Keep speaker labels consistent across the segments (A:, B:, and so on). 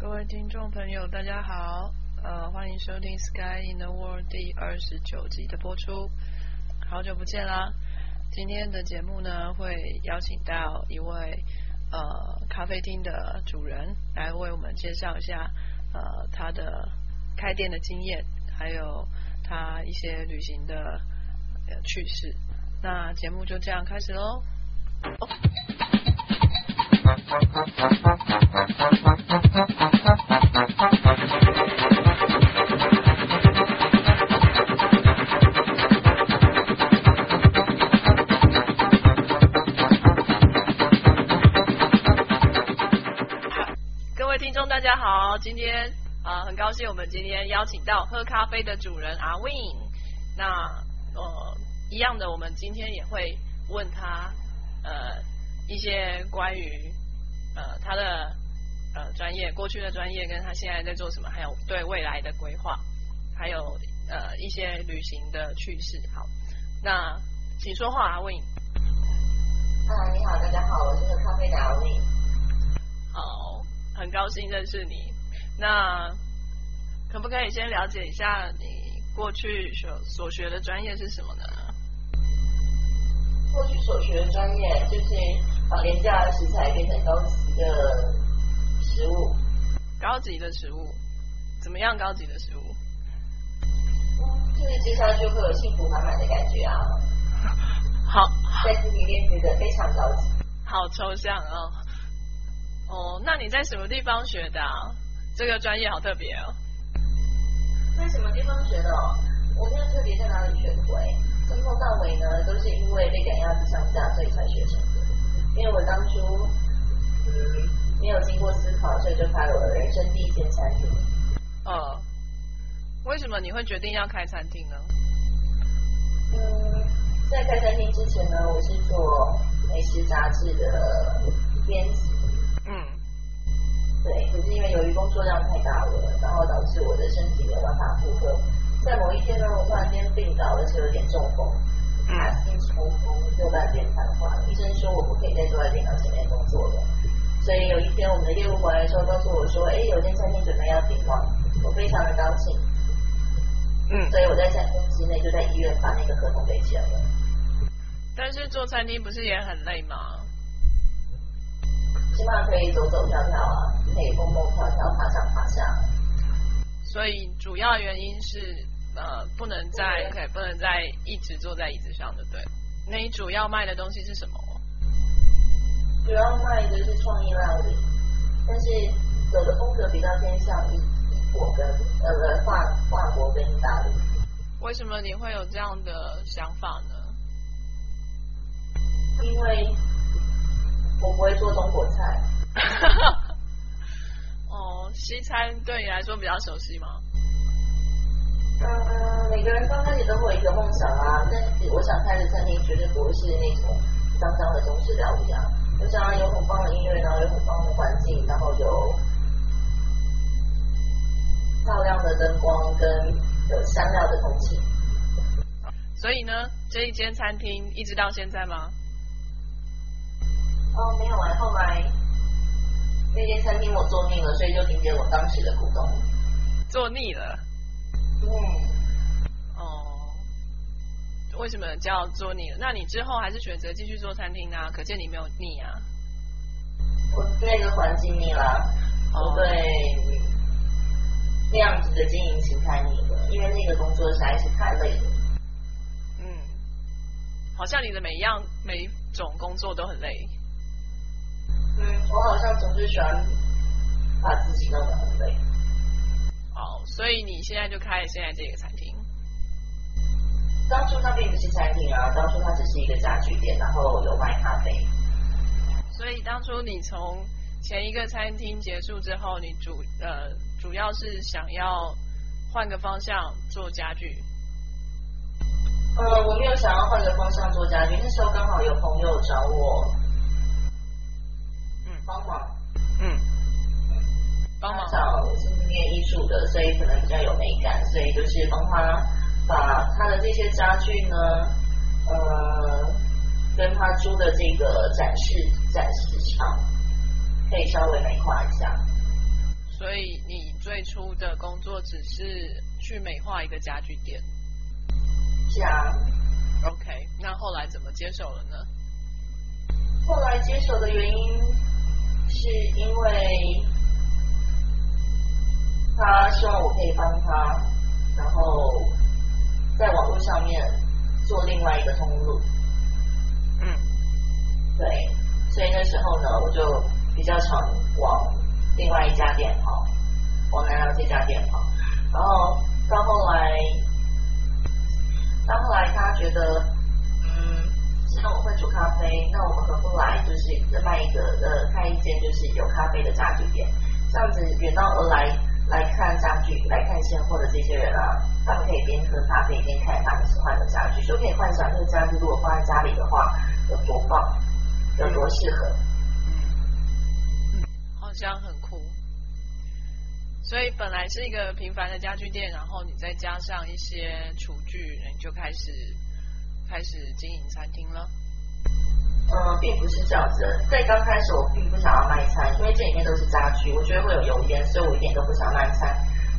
A: 各位听众朋友，大家好，呃，欢迎收听《Sky in the World》第二十九集的播出，好久不见啦！今天的节目呢，会邀请到一位呃咖啡厅的主人来为我们介绍一下呃他的开店的经验，还有他一些旅行的呃趣事。那节目就这样开始喽。各位听众，大家好，今天呃很高兴我们今天邀请到喝咖啡的主人阿 Win。那呃一样的，我们今天也会问他呃一些关于呃他的呃专业、过去的专业跟他现在在做什么，还有对未来的规划，还有呃一些旅行的趣事。好，那请说话，阿 Win。
B: 啊，你好，大家好，我是喝咖啡的阿伟。
A: 好，很高兴认识你。那可不可以先了解一下你过去所所学的专业是什么呢？
B: 过去所学的专业就是把廉价的食材变成高级的食物。
A: 高级的食物，怎么样？高级的食物？
B: 就是嗯吃下去会有幸福满满的感觉啊，
A: 好
B: 在心里面觉得非常高级。
A: 好抽象哦。哦，那你在什么地方学的、啊？这个专业好特别哦。
B: 在什么地方学的、哦？我没有特别在哪里学过哎，从头到尾呢都是因为被赶鸭子上架，所以才学成的。因为我当初嗯没有经过思考，所以就开了我人生第一间餐厅。
A: 呃，为什么你会决定要开餐厅呢？
B: 嗯，在开餐厅之前呢，我是做美食杂志的编辑，
A: 嗯，
B: 对，可是因为由于工作量太大了，然后导致我的身体没有办法负荷。在某一天呢，我突然间病倒，而且有点中风，
A: 嗯
B: 他心抽风，右半边瘫痪。医生说我不可以再坐在电脑前面工作了。所以有一天我们的业务回来的时候，告诉我说，哎，有间餐厅准备要停网，我非常的高兴。
A: 嗯，
B: 所以我在三天之内就在医院把那个合同给签了。
A: 但是做餐厅不是也很累吗？
B: 起码可以走走跳跳啊，可以蹦蹦跳跳、爬上爬下。
A: 所以主要原因是呃，不能再
B: 对
A: OK，不能再一直坐在椅子上，对不对？那你主要卖的东西是什么？
B: 主要卖的是创意料理，但是有的风格比较偏向异异国跟呃不法法国跟意大利。
A: 为什么你会有这样的想法呢？
B: 因为我不会做中国菜，
A: 哦，西餐对你来说比较熟悉吗？
B: 嗯，每个人刚开始都会有一个梦想啊，但是我想开的餐厅绝对不是那种脏脏的中式料理啊，我想要有很棒的音乐，然后有很棒的环境，然后有漂亮的灯光跟有香料的空气。
A: 所以呢，这一间餐厅一直到现在吗？
B: 哦，没有啊，后来那间餐厅我做腻了，所以就停给我当时的股东。
A: 做腻了。
B: 嗯，
A: 哦，为什么叫做腻了？那你之后还是选择继续做餐厅啊？可见你没有腻啊。
B: 我对那个环境腻了，我对那样子的经营形态腻了，因为那个工作实在是太累了。
A: 嗯，好像你的每一样每一种工作都很累。
B: 嗯，我好像总是喜欢把自己弄得很累。
A: 哦，所以你现在就开了现在这个餐厅。
B: 当初它并不是餐厅啊，当初它只是一个家具店，然后有卖咖啡。
A: 所以当初你从前一个餐厅结束之后，你主呃主要是想要换个方向做家具。
B: 呃，我没有想要换个方向做家具，那时候刚好有朋友找我
A: 嗯
B: 帮忙，
A: 嗯
B: 术的，所以可能比较有美感，所以就是帮他把他的这些家具呢，呃，跟他租的这个展示展示场可以稍微美化一下。
A: 所以你最初的工作只是去美化一个家具店
B: 是啊，
A: ，OK？那后来怎么接手了呢？
B: 后来接手的原因是因为他希望我可以帮他，然后在网络上面做另外一个通路。
A: 嗯，
B: 对，所以那时候呢，我就比较常往另外一家店跑，往南寮这家店跑。然后到后来，到后来他觉得，嗯，既然我会煮咖啡，那我们何不来就是卖一个呃开一间就是有咖啡的家具店，这样子远道而来来看家具、来看现货的这些人啊，他们可以边喝咖啡边看他们喜欢的家具，就可以幻想这个家具如果放在家里的话有多棒，有多适合。
A: 好像很酷。所以本来是一个平凡的家具店，然后你再加上一些厨具，你就开始开始经营餐厅了。
B: 呃，并不是这样子的。在刚开始，我并不想要卖餐，因为这里面都是家具，我觉得会有油烟，所以我一点都不想卖餐。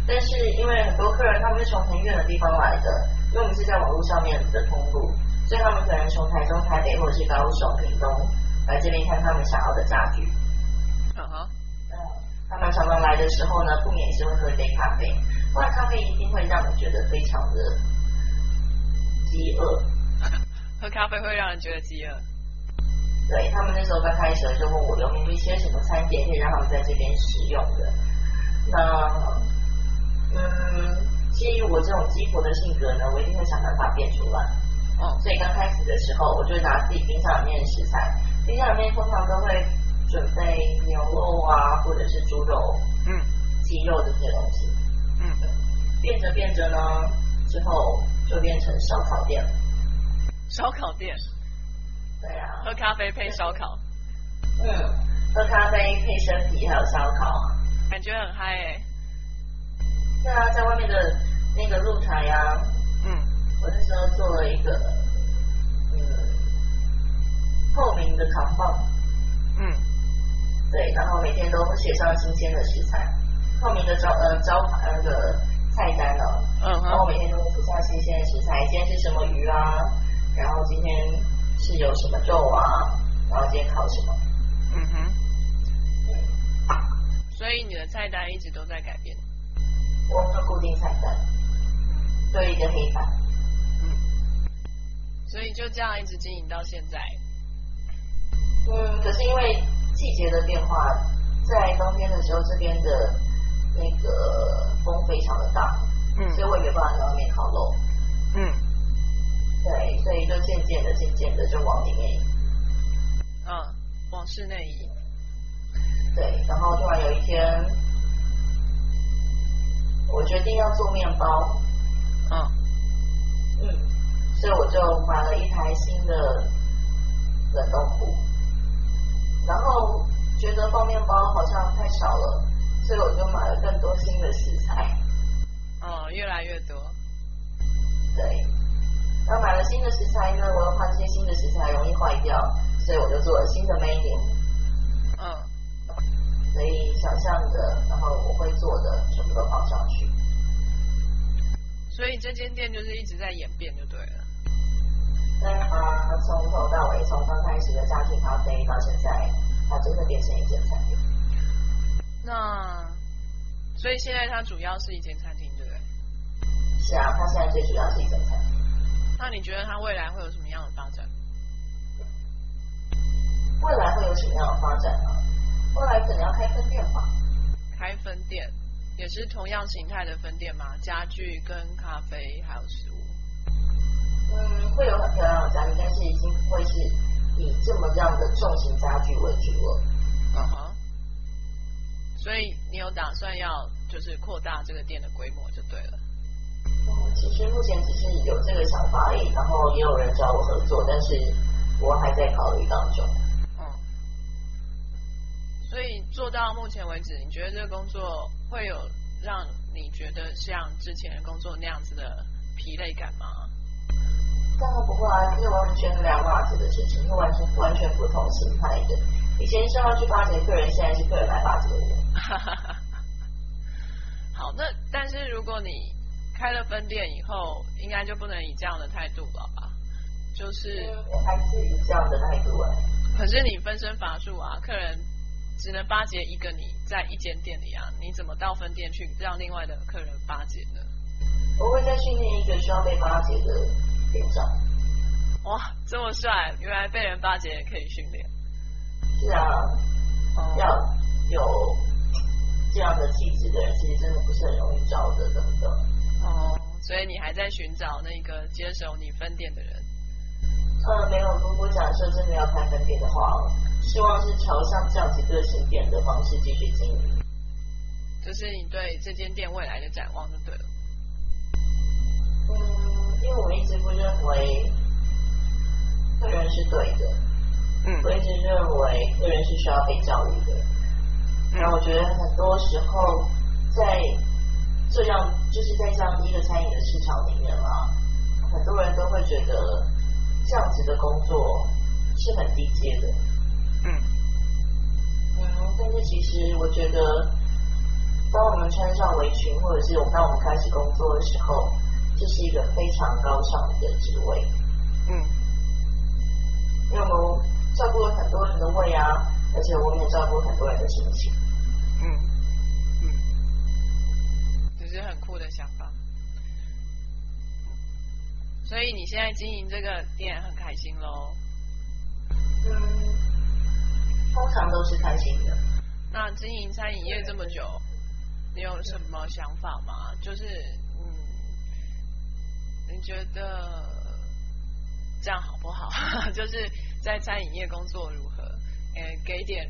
B: 但是因为很多客人他们是从很远的地方来的，因为我们是在网络上面的通路，所以他们可能从台中、台北或者是高雄、屏东来这边看他们想要的家具。
A: 嗯哼，
B: 嗯，他们常常来的时候呢，不免也是会喝一杯咖啡，不然咖啡一定会让我觉得非常的饥饿。
A: 喝咖啡会让人觉得饥饿。
B: 对他们那时候刚开始就问我有没有一些什么餐点可以让他们在这边使用的。那，嗯，基于我这种鸡婆的性格呢，我一定会想办法变出来。
A: 哦，
B: 所以刚开始的时候，我就会拿自己冰箱里面的食材，冰箱里面通常都会准备牛肉啊，或者是猪肉、
A: 嗯
B: 鸡肉这些东西。
A: 嗯，
B: 变着变着呢，之后就变成烧烤店了。
A: 烧烤店，
B: 对啊，
A: 喝咖啡配烧烤，
B: 嗯，喝咖啡配生啤还有烧烤啊。
A: 感觉很嗨欸诶、
B: 对啊，在外面的那个露台啊，
A: 嗯，
B: 我那时候做了一个嗯透明的扛棒，
A: 嗯，
B: 对，然后每天都写上新鲜的食材，透明的招呃招牌那个菜单哦，
A: 嗯
B: 然后
A: 哼，
B: 每天都会写下新鲜的食材，今天是什么鱼啊，然后今天是有什么肉啊，然后今天烤什么，嗯
A: 嗯哼。所以你的菜单一直都在改变。
B: 我们有固定菜单，
A: 嗯
B: 就一个黑板。
A: 嗯。所以就这样一直经营到现在。
B: 嗯，可是因为季节的变化，在冬天的时候，这边的那个风非常的大，所以我也没有办法在外面烤肉。
A: 嗯
B: 对，所以就渐渐的、渐渐的就往里面移。
A: 嗯，往室内移。
B: 对，然后突然有一天，我决定要做面包，
A: 嗯
B: 嗯，所以我就买了一台新的冷冻库，然后觉得放面包好像太少了，所以我就买了更多新的食材。
A: 嗯，越来越多。
B: 对，然后买了新的食材，因为我又怕这些新的食材容易坏掉，所以我就做了新的 menu，
A: 嗯
B: 所以想象的，然后我会做的全部都放上去。，
A: 所以这间店就是一直在演变就对了。
B: 那啊，从头到尾，从刚开始的家具咖啡到现在，它真的变成一间餐厅。
A: 那所以现在它主要是一间餐厅，对不对？
B: 是啊，它现在最主要是一间餐厅。
A: 那你觉得它未来会有什么样的发展？
B: 未来会有什么样的发展呢、未来可能要开分店吧。
A: 开分店也是同样形态的分店吗？家具跟咖啡还有食物。
B: 嗯，会有很漂亮的家具，但是已经不会是以这么样的重型家具为主了。
A: 嗯哼。所以你有打算要就是扩大这个店的规模就对了。
B: 嗯，其实目前只是有这个想法而已，然后也有人找我合作，但是我还在考虑当中。
A: 嗯。所以做到目前为止，你觉得这个工作会有让你觉得像之前工作那样子的疲累感吗？
B: 当然不会啊，这是完全两码子的事情，是完全完全不同心态的。以前是要去巴结客人，现在是客人来巴结我。
A: 好，那但是如果你开了分店以后，应该就不能以这样的态度了吧？就是，
B: 我还是以这样的态度哎、
A: 可是你分身乏术啊，客人只能巴结一个你在一间店里啊，你怎么到分店去让另外的客人巴结呢？
B: 我会再训练一个需要被巴结的店长。
A: 哇，这么帅，原来被人巴结也可以训练。
B: 是啊，要
A: 哦，
B: 有这样的气质的人，其实真的不是很容易找的，真的。
A: 哦，所以你还在寻找那个接手你分店的人。
B: 呃，没有，如果假设真的要开分店的话，希望是朝向这样子个性店的方式继续经营。
A: 就是你对这间店未来的展望就对了。
B: 嗯，因为我一直不认为个人是对的，我
A: 嗯
B: 一直认为个人是需要被教育的。然后我觉得很多时候在这样就是在这样一个餐饮的市场里面啊，很多人都会觉得这样子的工作是很低阶的。
A: 嗯
B: 嗯，但是其实我觉得，当我们穿上围裙，或者是我们当我们开始工作的时候，这是一个非常高尚的职位，
A: 嗯
B: 因为我们照顾了很多人的胃啊，而且我们也照顾很多人的心情。
A: 嗯嗯，就是很酷的想法。所以你现在经营这个店很开心喽？
B: 嗯，通常都是开心的。
A: 那经营餐饮业这么久，你有什么想法吗？就是嗯，你觉得这样好不好？ 就是在餐饮业工作如何？呃，给点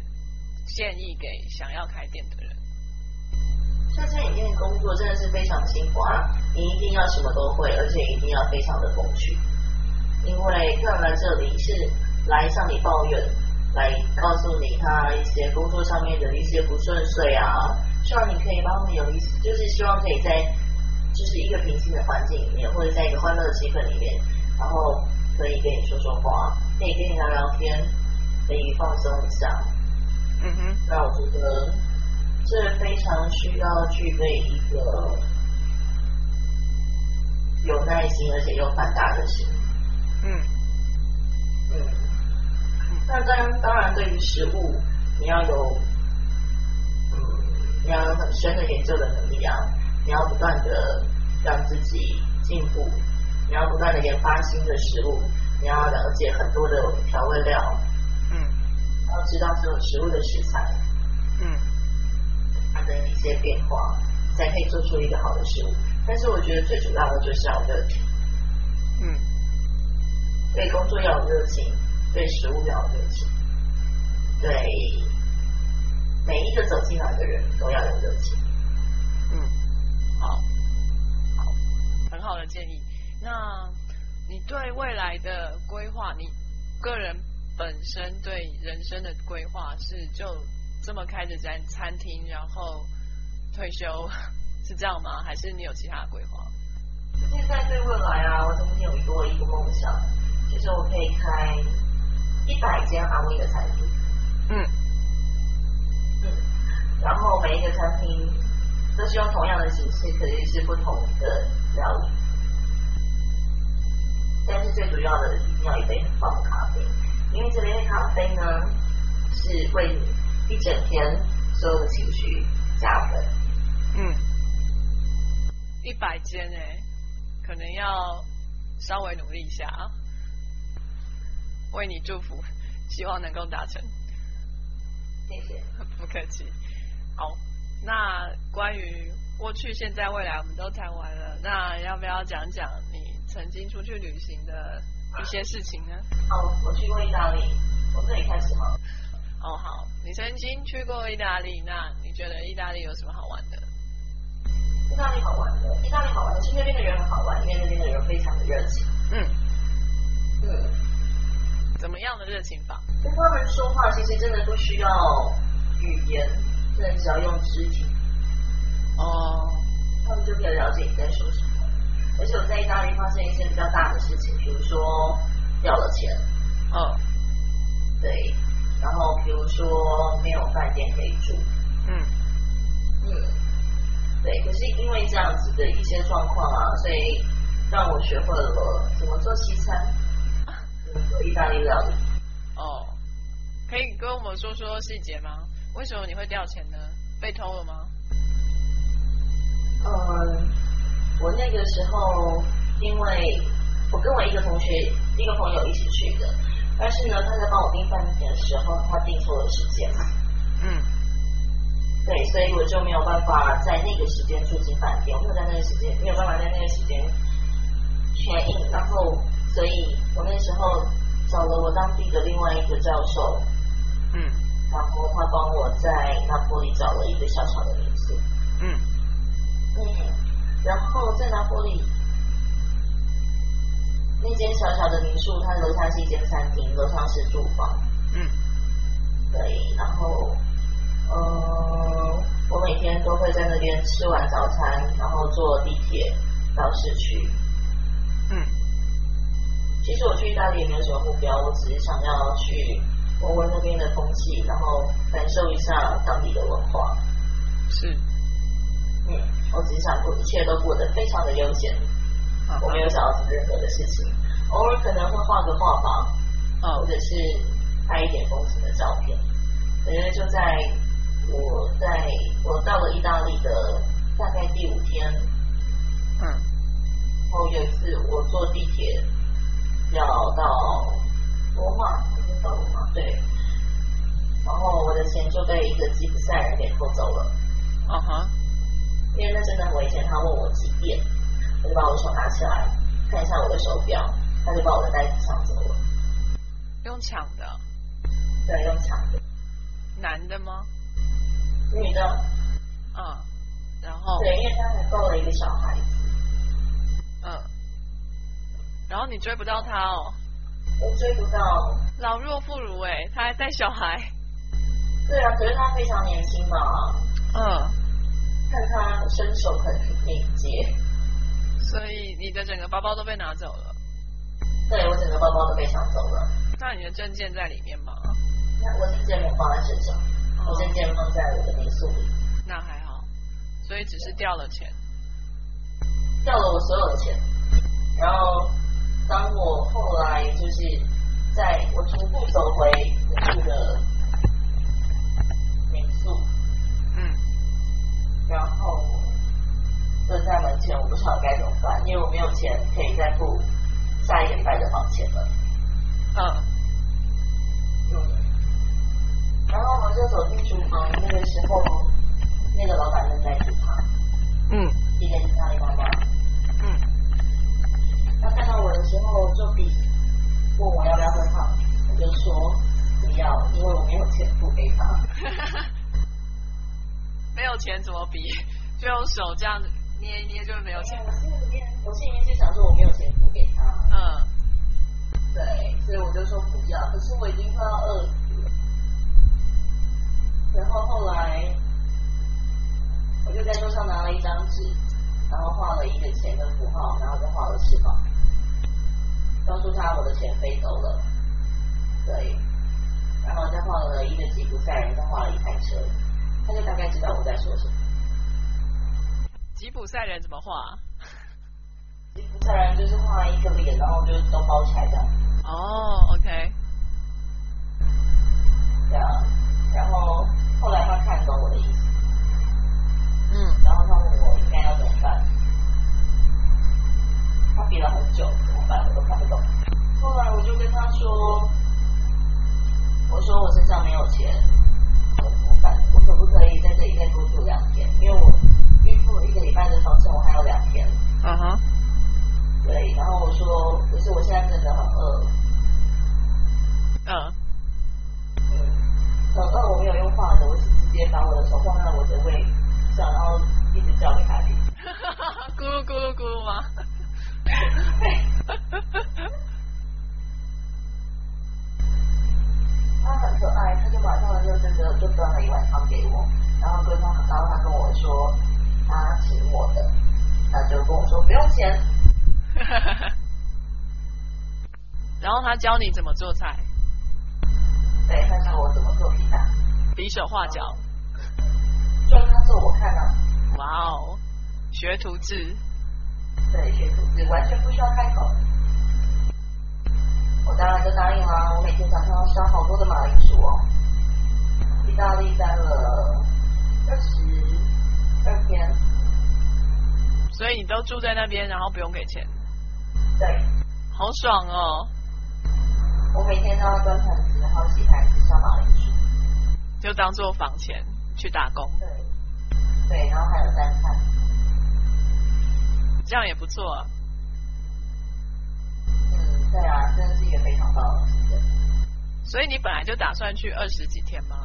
A: 建议给想要开店的人。
B: 在餐饮店工作真的是非常辛苦啊！你一定要什么都会，而且一定要非常的风趣，因为客人来这里是来向你抱怨，来告诉你他一些工作上面的一些不顺遂啊，希望你可以帮他们有一丝，就是希望可以在就是一个平静的环境里面，或者在一个欢乐的气氛里面，然后可以跟你说说话，可以跟你聊聊天，可以放松一下，
A: 嗯哼，
B: 那我觉得这非常需要具备一个有耐心而且又反大的心。
A: 嗯
B: 嗯，那当然，当然对于食物，你要有嗯，你要有很深的研究的能力啊，你要不断的让自己进步，你要不断的研发新的食物，你要了解很多的调味料，
A: 嗯
B: 要知道这种食物的食材。
A: 嗯
B: 它的一些变化，才可以做出一个好的食物。但是我觉得最主要的就是要有热情，
A: 嗯
B: 对工作要有热情，对食物要有热情，对每一个走进来的人都要有热情。
A: 嗯，好，好，很好的建议。那你对未来的规划，你个人本身对人生的规划是就这么开着餐餐厅，然后退休 是这样吗？还是你有其他的规划？
B: 现在对未来啊，我曾经有过一个梦想，就是我可以开一百间韩味的餐厅，
A: 嗯
B: 嗯，然后每一个餐厅都是用同样的形式，可是是不同的料理。但是最主要的一定要一杯很棒的咖啡，因为这杯咖啡呢是为你一整天所有的情绪加分。
A: 嗯，一百间哎、可能要稍微努力一下啊。为你祝福，希望能够达成。
B: 谢谢。
A: 不客气。好，那关于过去、现在、未来，我们都谈完了。那要不要讲讲你曾经出去旅行的一些事情呢？
B: 哦，我去过意大利，我们这里开始吗？
A: 哦，好，你曾经去过意大利，那你觉得意大利有什么好玩的？
B: 意大利好玩的，意大利好玩的是那边的人很好玩，因为那边的人非常的热情。
A: 嗯，
B: 嗯。
A: 怎么样的热情法？
B: 跟他们说话其实真的不需要语言，真的只要用肢体，
A: 哦，
B: 他们就比较了解你在说什么。而且我在意大利发生一些比较大的事情，比如说掉了钱，
A: 哦，
B: 对，然后比如说没有饭店可以住，
A: 嗯，
B: 嗯，对，可是因为这样子的一些状况啊，所以让我学会了怎么做西餐，嗯做意大利料理。
A: 哦，可以跟我们说说细节吗？为什么你会掉钱呢？被偷了吗？
B: 嗯，我那个时候因为我跟我一个同学、一个朋友一起去的，但是呢，他在帮我订饭店的时候，他订错了时间，
A: 嗯，
B: 对，所以我就没有办法在那个时间住进饭店，我没有在那个时间没有办法在那个时间全印，然后所以我那时候找了我当地的另外一个教授，
A: 嗯，
B: 然后他帮我在拿坡里找了一个小小的民宿，
A: 嗯，
B: 嗯，然后在拿坡里那间小小的民宿，它楼下是一间餐厅，楼上是住房，
A: 嗯，
B: 对，然后，呃，我每天都会在那边吃完早餐，然后坐地铁到市区。
A: 嗯，
B: 其实我去意大利也没有什么目标，我只是想要去闻闻那边的风气，然后感受一下当地的文化。
A: 是，
B: 嗯，我只是想过一切都过得非常的悠闲，
A: 好
B: 我没有想要做任何的事情，偶尔可能会画个画吧，或
A: 哦，
B: 者是拍一点风景的照片。我觉得就在我在我到了意大利的大概第五天，然
A: 嗯，
B: 后有一次我坐地铁要到罗马，好像到罗马对，然后我的钱就被一个吉普赛人给偷走了，
A: 哦哈，
B: 因为那真的很危险。他问我几点，我就把我的手拿起来看一下我的手表，他就把我的袋子抢走了，
A: 用抢的，
B: 对，用抢的，
A: 男的吗？
B: 女的。
A: 嗯，然后，
B: 对，因为他才抱了一个小孩子，
A: 嗯，然后你追不到他哦，
B: 我追不到。
A: 老弱妇孺哎，他还带小孩，
B: 对啊，可是他非常年轻嘛，
A: 嗯，
B: 看他身手很敏捷。
A: 所以你的整个包包都被拿走了，
B: 对我整个包包都被抢走了，
A: 那你的证件在里面吗？嗯
B: 那我证件没有放在身上，
A: 哦
B: 我证件放在我的民宿里，
A: 那还好，所以只是掉了钱。
B: 掉了我所有的钱。然后当我后来就是在我徒步走回我住的民宿，
A: 嗯，
B: 然后蹲在门前，我不晓得该怎么办，因为我没有钱可以再付下一个礼拜的房钱了。
A: 嗯，
B: 嗯，然后我就走进厨房，那个时候那个老板正在煮汤，
A: 嗯，
B: 一个意大利妈妈，
A: 嗯，
B: 她看到我的时候就比问我要不要喝汤，我就说不要，因为我没有钱付给她。
A: 没有钱怎么比？就用手这样子捏一捏就没有钱。
B: 我心里面，我心里面就想说我没有钱付给她。
A: 嗯，
B: 对，所以我就说不要。可是我已经快要饿死了。然后后来，我就在桌上拿了一张纸，然后画了一个钱的符号，然后再画了翅膀，告诉他我的钱飞走了。对，然后再画了一个吉普赛人，再画了一台车，他就大概知道我在说什么。
A: 吉普赛人怎么画？
B: 吉普赛人就是画一个脸，然后就是都包起来这样。
A: 哦，OK，
B: 对啊，然后后来他看懂我的意思。
A: 嗯，
B: 然后他问我应该要怎么办，他比了很久，怎么办我都看不懂。后来我就跟他说，我说我身上没有钱，我怎么办？我可不可以在这里再多住两天？因为我预付了一个礼拜的房钱，我还有两天。
A: 啊哈，
B: 对，然后我说，可是我现在真的很饿，
A: 嗯，
B: 嗯，很饿，我没有用话的，我是直接把
A: 然后他教你怎么做菜，
B: 对，他教我怎么做披萨，
A: 比手画脚，
B: 装他做我看啊，
A: 哇哦，学徒制，
B: 对，学徒制完全不需要开口。我当然就答应啦、我每天早上要杀好多的马铃薯哦。意大利待了二十二天，
A: 所以你都住在那边，然后不用给钱，
B: 对，
A: 好爽哦！
B: 我每天都要端盘子，然后洗盘子、杀马铃薯，
A: 就当做房钱去打工，
B: 对，对，然后还有三餐。
A: 这样也不错、啊。
B: 嗯，对啊，真的是一个非常棒的时间。
A: 所以你本来就打算去二十几天吗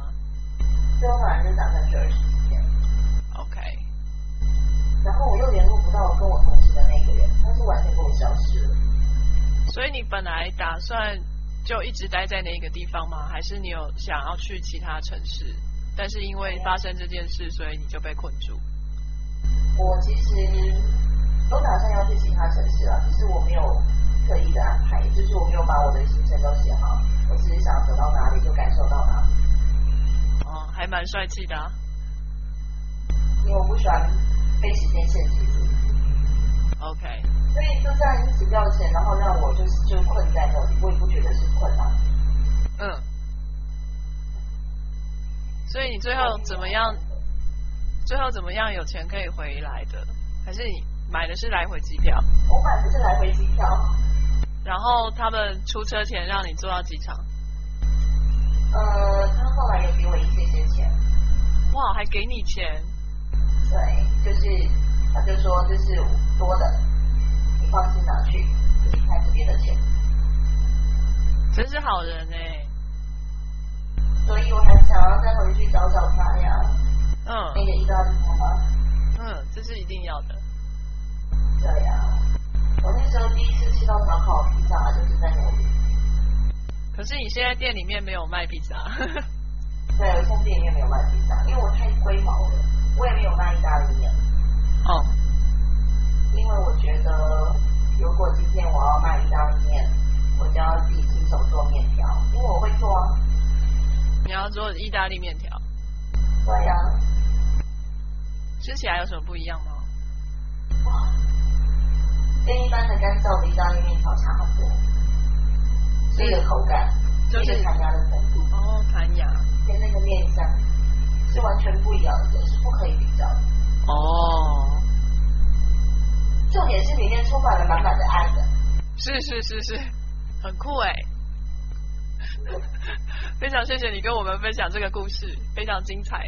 B: 最后反正就打算去二十几天，
A: ？OK，
B: 然后我又联络不到跟我同行的那个人，他是完全跟我消失了。
A: 所以你本来打算就一直待在那个地方吗？还是你有想要去其他城市？但是因为发生这件事，所以你就被困住。
B: 我其实都打算要去其他城市啊，只是我没有特意的安排，就是我没有把我的行程都写好，我只是想要走到哪里就感受到哪里，
A: 哦，还蛮帅气的、啊。
B: 因为我不喜欢被时间限制住，
A: OK，
B: 所以就这样一直掉钱，然后让我就是就困在那里，我也不觉得是困难。
A: 嗯。所以你最后怎么样？最后怎么样有钱可以回来的？还是你买的是来回机票？
B: 我买的是来回机票，
A: 然后他们出车前让你坐到机场？
B: 呃，他后来有给我一些些钱，
A: 哇，还给你钱？
B: 对，就是他就说这是多的，你放心拿去，就是他这边的钱。
A: 真是好人哎、
B: 所以我还想要再回去找找他呀，那
A: 嗯
B: 个意大利妈妈。
A: 嗯，这是一定要的。
B: 对呀、我那时候第一次吃到烧烤披萨就是在那里。
A: 可是你现在店里面没有卖披 萨，哦
B: 对，我现在店里面没有卖披萨，因为我太龟毛了，我也没有卖意大利面，
A: 哦，
B: 因为我觉得如果今天我要卖意大利面，我就要自己亲手做面条，因为我会做啊。
A: 你要做意大利面条，
B: 对啊呀、
A: 吃起来有什么不一样吗？
B: 哇，跟一般的干燥的意大利面条差好多，是一个口感，
A: 就是
B: 一个弹牙的程度。
A: 哦，弹牙。
B: 跟那个面香是完全不一样的，是不可以比较的。
A: 哦，
B: 重点是里面充满了满满的爱的，
A: 是是是是，很酷哎、 非常谢谢你跟我们分享这个故事，非常精彩。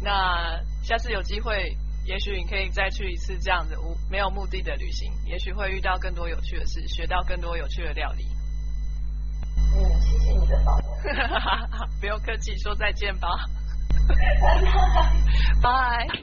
A: 那下次有机会，也许你可以再去一次这样的无没有目的的旅行，也许会遇到更多有趣的事，学到更多有趣的料理。
B: 嗯，谢谢你的访问，
A: 不用客气，说再见吧，拜。